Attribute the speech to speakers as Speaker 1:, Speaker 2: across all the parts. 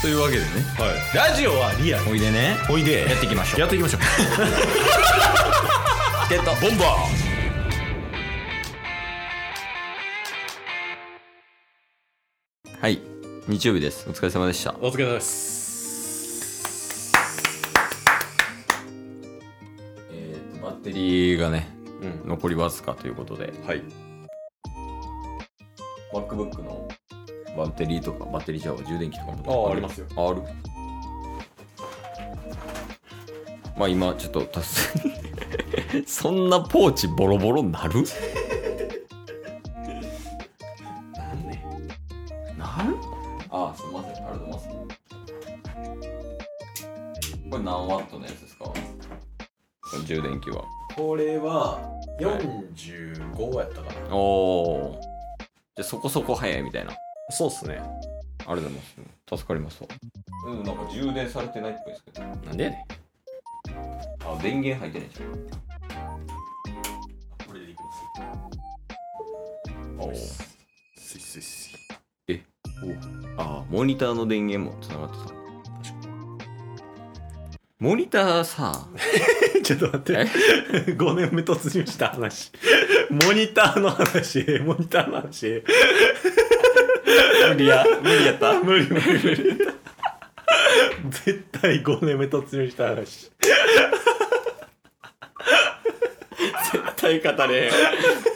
Speaker 1: というわけでね
Speaker 2: はい、ラジオはリアル
Speaker 1: おいでね
Speaker 2: おいで
Speaker 1: やっていきましょう
Speaker 2: やっていきましょう
Speaker 1: ゲット
Speaker 2: ボンバ
Speaker 1: はい日曜日ですお疲れ様でした
Speaker 2: ーお疲れ様です
Speaker 1: えー、とバッテリーがね
Speaker 2: うん
Speaker 1: 残りわずかということで
Speaker 2: はい
Speaker 1: MacBook のバッテリーとかバッテリーシャワー充電器とか
Speaker 2: あ
Speaker 1: も
Speaker 2: ありますよ
Speaker 1: ああるまあ今ちょっと達成 そんなポーチボロボロになる
Speaker 2: なんね
Speaker 1: なるああすみませんありがとうございますこれ何ワットのやつですかこの充電器は
Speaker 2: これは45やったかな、
Speaker 1: おおじゃあそこそこ早いみたいな
Speaker 2: そうっすね
Speaker 1: ありがとうございます助かりますわうんなんか充電されてないっぽいですけど
Speaker 2: なんでやね
Speaker 1: あ電源入ってないじゃん
Speaker 2: これでいきます
Speaker 1: おー
Speaker 2: スイスイスイ
Speaker 1: あーモニターの電源もつながってたモニターさ
Speaker 2: ちょっと待って
Speaker 1: え
Speaker 2: 5年目突入した話モニターの話モニターの話
Speaker 1: 無理や無理やった
Speaker 2: 無理無理無理絶対5年目突入した話
Speaker 1: 絶対語れ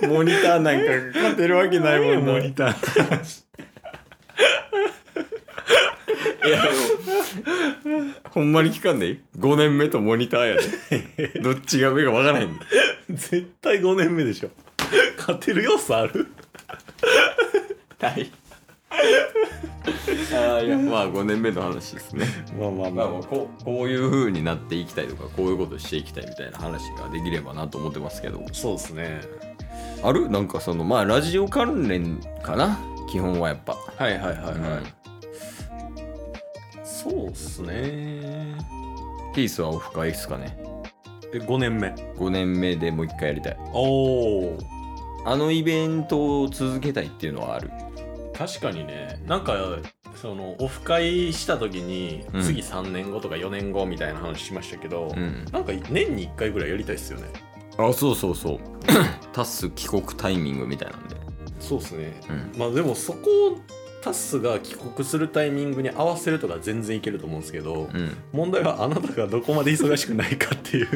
Speaker 1: へんモニターなんか勝てるわけないもん
Speaker 2: モ
Speaker 1: な
Speaker 2: ニターの話
Speaker 1: いや、 ほんまに聞かんでいい ?5 年目とモニターや で。どっちが上かわからへん。
Speaker 2: 絶対5年目でしょ勝てる要素ある
Speaker 1: はい。あいやまあ5年目の話ですね。
Speaker 2: まあまあま
Speaker 1: ま
Speaker 2: あ
Speaker 1: あ、まあこうこういう風になっていきたいとかこういうことしていきたいみたいな話ができればなと思ってますけど
Speaker 2: そうですね
Speaker 1: あるなんかそのまあラジオ関連かな基本はやっぱ
Speaker 2: はいはいはい
Speaker 1: はい
Speaker 2: そうっすね
Speaker 1: ピースはオフ会ですかね
Speaker 2: え5年目
Speaker 1: 5年目でもう一回やりたい
Speaker 2: おお
Speaker 1: あのイベントを続けたいっていうのはある
Speaker 2: 確かにねなんかそのオフ会した時に、
Speaker 1: うん
Speaker 2: 次3年後とか4年後みたいな話しましたけど、
Speaker 1: ん
Speaker 2: なんか年に1回ぐらいやりたいっすよね
Speaker 1: あそうそうそう タス帰国タイミングみたいなんで、
Speaker 2: そうっすね
Speaker 1: うん、
Speaker 2: まあでもそこをタスが帰国するタイミングに合わせるとか全然いけると思うんですけど、
Speaker 1: うん、
Speaker 2: 問題はあなたがどこまで忙しくないかっていう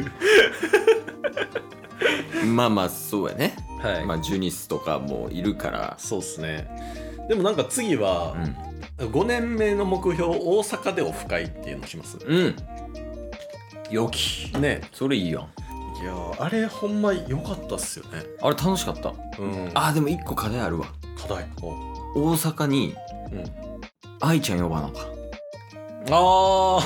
Speaker 1: まあまあそうやね、
Speaker 2: は
Speaker 1: まあ、ジュニスとかもいるから、
Speaker 2: そうっすねでもなんか次は
Speaker 1: うん
Speaker 2: 5年目の目標大阪でオフ会っていうのします
Speaker 1: うん良き
Speaker 2: ね
Speaker 1: それいいやん
Speaker 2: いやーあれほんま良かったっすよね
Speaker 1: あれ楽しかった
Speaker 2: うん
Speaker 1: あーでも一個課題あるわ
Speaker 2: 課題お
Speaker 1: 大阪に
Speaker 2: うん
Speaker 1: 愛ちゃん呼ばなあかん
Speaker 2: あ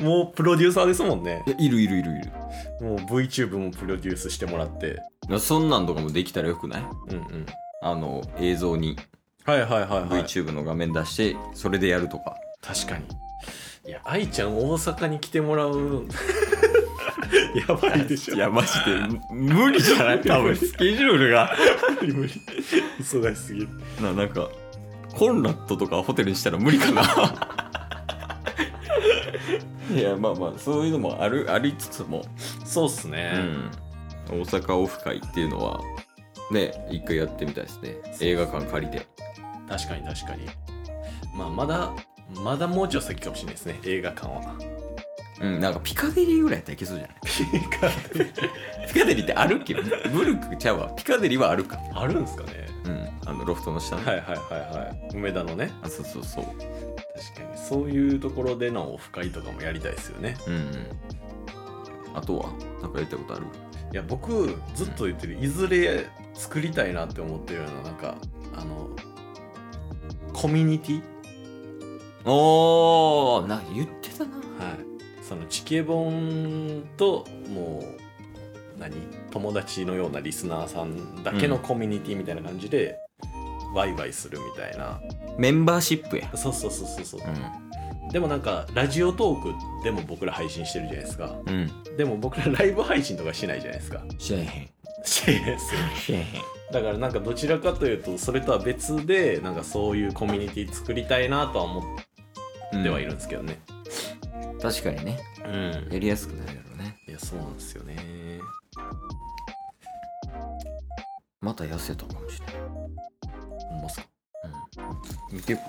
Speaker 2: あ もうプロデューサーですもんね
Speaker 1: いやいるいるいるいる
Speaker 2: もう VTube もプロデュースしてもらって
Speaker 1: いやそんなんとかもできたらよくない
Speaker 2: うんうん
Speaker 1: あの映像に
Speaker 2: はいはいはいはい
Speaker 1: VTube の画面出してそれでやるとか、
Speaker 2: 確かにいや愛ちゃん大阪に来てもら うやばいでしょ
Speaker 1: いやマジで無理じゃない多 分スケジュールが
Speaker 2: 無理無理忙しすぎる
Speaker 1: ななんかコンラッドとかホテルにしたら無理かな いやまあまあそういうのもあるありつつも、
Speaker 2: そうっすね、
Speaker 1: 大阪オフ会っていうのはね一回やってみたいですね映画館借りて
Speaker 2: 確かに確かにまあまだまだもうちょい先かもしれないですね映画館は
Speaker 1: うんなんかピカデリーぐらいやったらいけそうじゃないピカデリーってあるっけブルクちゃうわピカデリーはあるか
Speaker 2: あるんすかね
Speaker 1: うんあのロフトの下の、
Speaker 2: はいはいはいはい梅田のね
Speaker 1: あそうそうそう
Speaker 2: 確かにそういうところでのオフ会とかもやりたいですよね
Speaker 1: うんうんあとはなんかやりたいことある
Speaker 2: いや僕ずっと言ってるいずれ作りたいなって思ってるようななんかあのコミュニティ
Speaker 1: おーなんか言ってたな
Speaker 2: はいそのチケボンともう何友達のようなリスナーさんだけのコミュニティみたいな感じで、ワイワイするみたいな
Speaker 1: メンバーシップや
Speaker 2: そうそうそうそうそう
Speaker 1: う
Speaker 2: でもなんかラジオトークでも僕ら配信してるじゃないですか
Speaker 1: んうん
Speaker 2: でも僕らライブ配信とかしないじゃないですか
Speaker 1: しゃへん。
Speaker 2: してないですよ
Speaker 1: しゃへん。
Speaker 2: だからなんかどちらかというとそれとは別でなんかそういうコミュニティ作りたいなとは思っではいるんですけどね。
Speaker 1: 確かにね
Speaker 2: うん
Speaker 1: やりやすくなるやろね
Speaker 2: いやそうなんですよね。
Speaker 1: また痩せたかもしれない、
Speaker 2: ほんまっすか
Speaker 1: うん、見てこ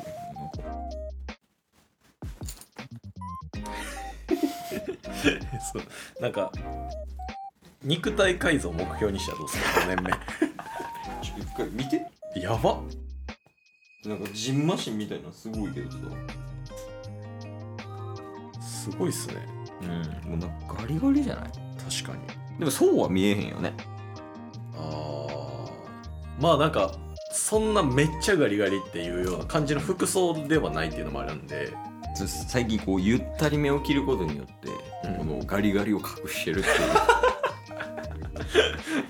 Speaker 1: れなんか
Speaker 2: そうなんか肉体改造を目標にしたらどうすか ?5 年
Speaker 1: ちょ一回見て
Speaker 2: 目。やば
Speaker 1: なんかジンマシンみたいなのすごいけどさ
Speaker 2: すごいっすね。
Speaker 1: うんもうなんかガリガリじゃない
Speaker 2: 確かに。
Speaker 1: でもそうは見えへんよね
Speaker 2: あーまあなんかそんなめっちゃガリガリっていうような感じの服装ではないっていうのもあるんで
Speaker 1: そう最近こうゆったり目を切ることによって、
Speaker 2: うん
Speaker 1: このガリガリを隠して るっていう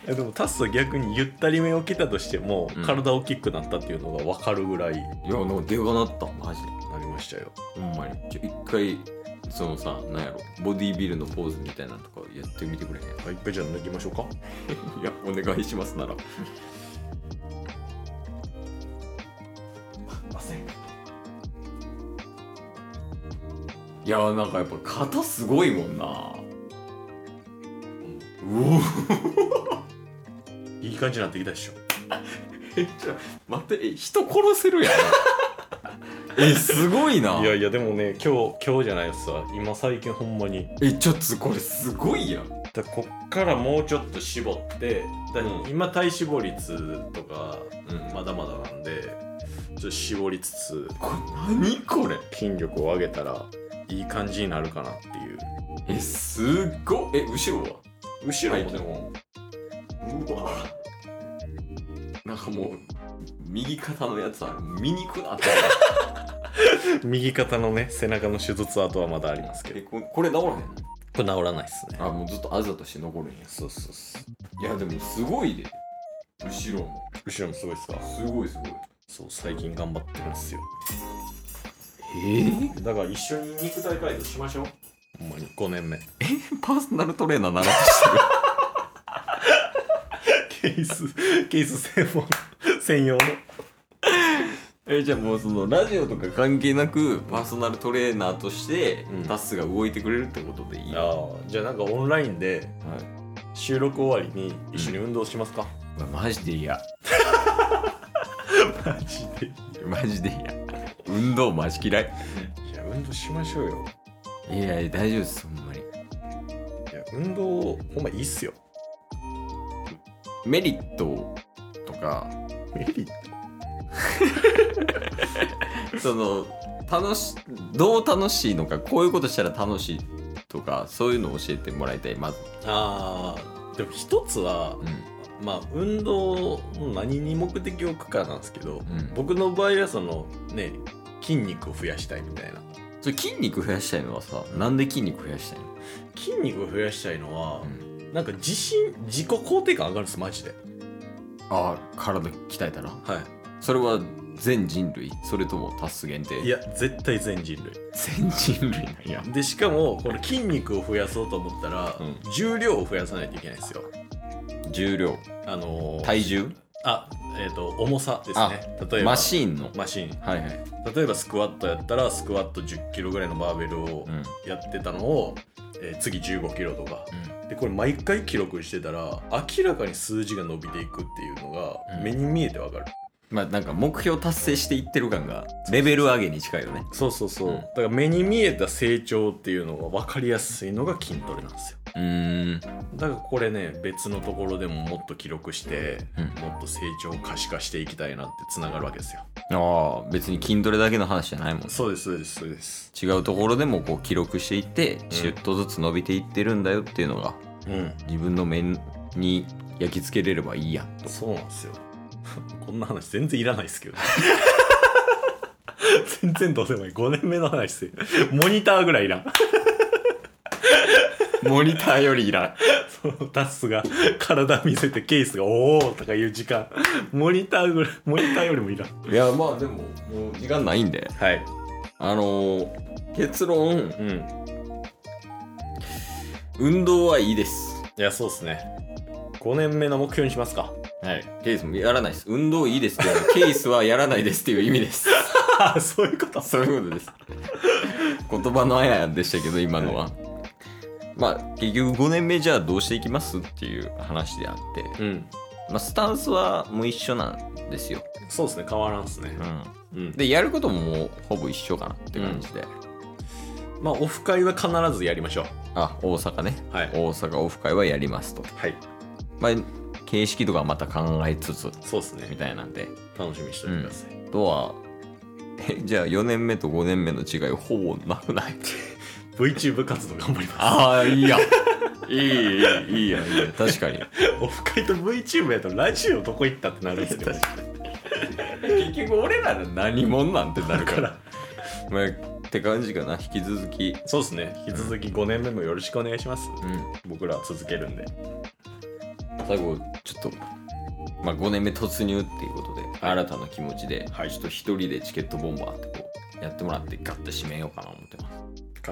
Speaker 2: えでもタスは逆にゆったりめを着たとしても、
Speaker 1: うん
Speaker 2: 体大きくなったっていうのが分かるぐらいない
Speaker 1: やなんかでかなったマジで
Speaker 2: りましたよ
Speaker 1: ほんまにちょ一回そのさなんやろボディービルのポーズみたいなのとかやってみてくれへん
Speaker 2: はい一回じゃあ脱ぎましょうか
Speaker 1: いや、お願いしますなら。いや、なんかやっぱ肩すごいもんな。う
Speaker 2: いい感じになってきたでしょ
Speaker 1: お。え、ちょ待って、え、人殺せ るやん。え、すごいな。
Speaker 2: いやいやでもね今日今日じゃないですわ今最近ほんまに
Speaker 1: え、ちょっとこれすごいやん。
Speaker 2: だこっからもうちょっと絞ってだ
Speaker 1: うん
Speaker 2: 今体脂肪率とか
Speaker 1: うん
Speaker 2: まだまだなんでちょっと絞りつつ
Speaker 1: これ何これ
Speaker 2: 筋力を上げたらいい感じになるかなって いう
Speaker 1: え、すっごい。え、後ろは
Speaker 2: 後ろもで
Speaker 1: は
Speaker 2: も、
Speaker 1: うわなんかもう右肩のやつは見にくなった
Speaker 2: 右肩のね背中の手術跡はまだありますけど
Speaker 1: えここれ治らへん
Speaker 2: これ治らないっすね
Speaker 1: あもうずっとあざとして残るんや
Speaker 2: そうそうそう
Speaker 1: いやでもすごいで後ろも
Speaker 2: 後ろもすごいっすか
Speaker 1: すごいすごい
Speaker 2: そう最近頑張ってるんですよ
Speaker 1: えー、
Speaker 2: だから一緒に肉体改造しましょうほんまに5年目
Speaker 1: パーソナルトレーナーならしてる
Speaker 2: ケースケース専門専用の
Speaker 1: えじゃあもうそのラジオとか関係なくパーソナルトレーナーとして、
Speaker 2: うん
Speaker 1: タスが動いてくれるってことでいいは
Speaker 2: ああじゃあなんかオンラインで
Speaker 1: い
Speaker 2: 収録終わりに一緒に運動しますか、
Speaker 1: うわマジで嫌
Speaker 2: マジで
Speaker 1: マジで嫌運動マジ嫌い
Speaker 2: いや運動しましょうよ
Speaker 1: いやいや大丈夫ですほんまに
Speaker 2: いや運動ほんまいいっすよ
Speaker 1: メリットとか
Speaker 2: メリット
Speaker 1: その楽しどう楽しいのかこういうことしたら楽しいとかそういうのを教えてもらいたいまず、
Speaker 2: あーでも一つは、
Speaker 1: う
Speaker 2: まあ、運動の何に目的を置くかなんですけ
Speaker 1: んう
Speaker 2: ど、
Speaker 1: ん、
Speaker 2: 僕の場合はそのね筋肉を増やしたいみたいな
Speaker 1: それ筋肉増やしたいのはさなんで筋肉増やしたいの、
Speaker 2: 筋肉を増やしたいのは、なんか自信自己肯定感上がるんですマジで
Speaker 1: ああ体鍛えたら
Speaker 2: は
Speaker 1: それは全人類それともタス限定
Speaker 2: いや絶対全人類
Speaker 1: 全人類なんや
Speaker 2: でしかもこの筋肉を増やそうと思ったら、
Speaker 1: う
Speaker 2: 重量を増やさないといけないんですよ
Speaker 1: 重量
Speaker 2: あのー
Speaker 1: 体重
Speaker 2: あえっ、と重さですね例えば
Speaker 1: マシーンの
Speaker 2: マシン
Speaker 1: はいはい、
Speaker 2: 例えばスクワットやったらスクワット1 0キロぐらいのバーベルを
Speaker 1: うん
Speaker 2: やってたのを、えー次1 5キロとかでこれ毎回記録してたら明らかに数字が伸びていくっていうの
Speaker 1: う
Speaker 2: が
Speaker 1: ん
Speaker 2: 目に見えてわかる、
Speaker 1: まあなんか目標達成していってる感がレベル上げに近いよね
Speaker 2: そうそうそう、
Speaker 1: うん
Speaker 2: だから目に見えた成長っていうのが分かりやすいのが筋トレなんですよ
Speaker 1: うーん
Speaker 2: だからこれね別のところでももっと記録して、
Speaker 1: うん
Speaker 2: もっと成長を可視化していきたいなってつながるわけですよ
Speaker 1: ああ別に筋トレだけの話じゃないもんね
Speaker 2: そうですそうですそうです
Speaker 1: 違うところでもこう記録していってちょっとずつ伸びていってるんだよっていうのが
Speaker 2: うん
Speaker 1: 自分の面に焼き付けれればいいやんと
Speaker 2: そうなんですよ こんな話全然いらないですけど 全然どうでもいい5年目の話ですよモニターぐらいいらん
Speaker 1: モニターよりいら
Speaker 2: そのタスが体見せてケースが「おお!」とかいう時間モニターぐらいモニターよりもいらん
Speaker 1: んいやまあでももう時間ないんで
Speaker 2: はい
Speaker 1: あのー結論
Speaker 2: うん
Speaker 1: 運動はいいです
Speaker 2: いやそうっすね5年目の目標にしますか
Speaker 1: はいケースもやらないです運動いいですっていうのはケースはやらないですっていう意味です
Speaker 2: ああそういうこと
Speaker 1: そういうことです言葉のあやでしたけど今のは、まあ結局5年目じゃあどうしていきますっていう話であって、
Speaker 2: うん
Speaker 1: まあ、スタンスはもう一緒なんですよ、
Speaker 2: そうですね変わらんっすね
Speaker 1: うん、
Speaker 2: うん
Speaker 1: でやることももうほぼ一緒かなって感じで、
Speaker 2: まあオフ会は必ずやりましょ
Speaker 1: あ大阪ね
Speaker 2: うはい
Speaker 1: 大阪オフ会はやりますと、
Speaker 2: はい
Speaker 1: まあ、形式とかはまた考えつつ
Speaker 2: そうです
Speaker 1: み
Speaker 2: ね
Speaker 1: たいなんで
Speaker 2: 楽しみにしておいてください、
Speaker 1: あとはえじゃあ4年目と5年目の違いほぼなくない
Speaker 2: VTuber 活動頑張ります
Speaker 1: ああい いやいいいいいいやいいや確かに
Speaker 2: オフ会と VTuber やとラジオどこ行ったってなるん ですけど
Speaker 1: 確結局俺らの何者なんてなるからまあ、って感じかな引き続き
Speaker 2: そうですね引き続き5年目もよろしくお願いします、
Speaker 1: うん
Speaker 2: 僕らは続けるんで
Speaker 1: 最後ちょっと、まあ、5年目突入っていうことで、新たな気持ちで、
Speaker 2: はい
Speaker 1: ちょっと一人でチケットボンバーってこうやってもらってガッと締めようかな思ってます
Speaker 2: か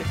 Speaker 3: す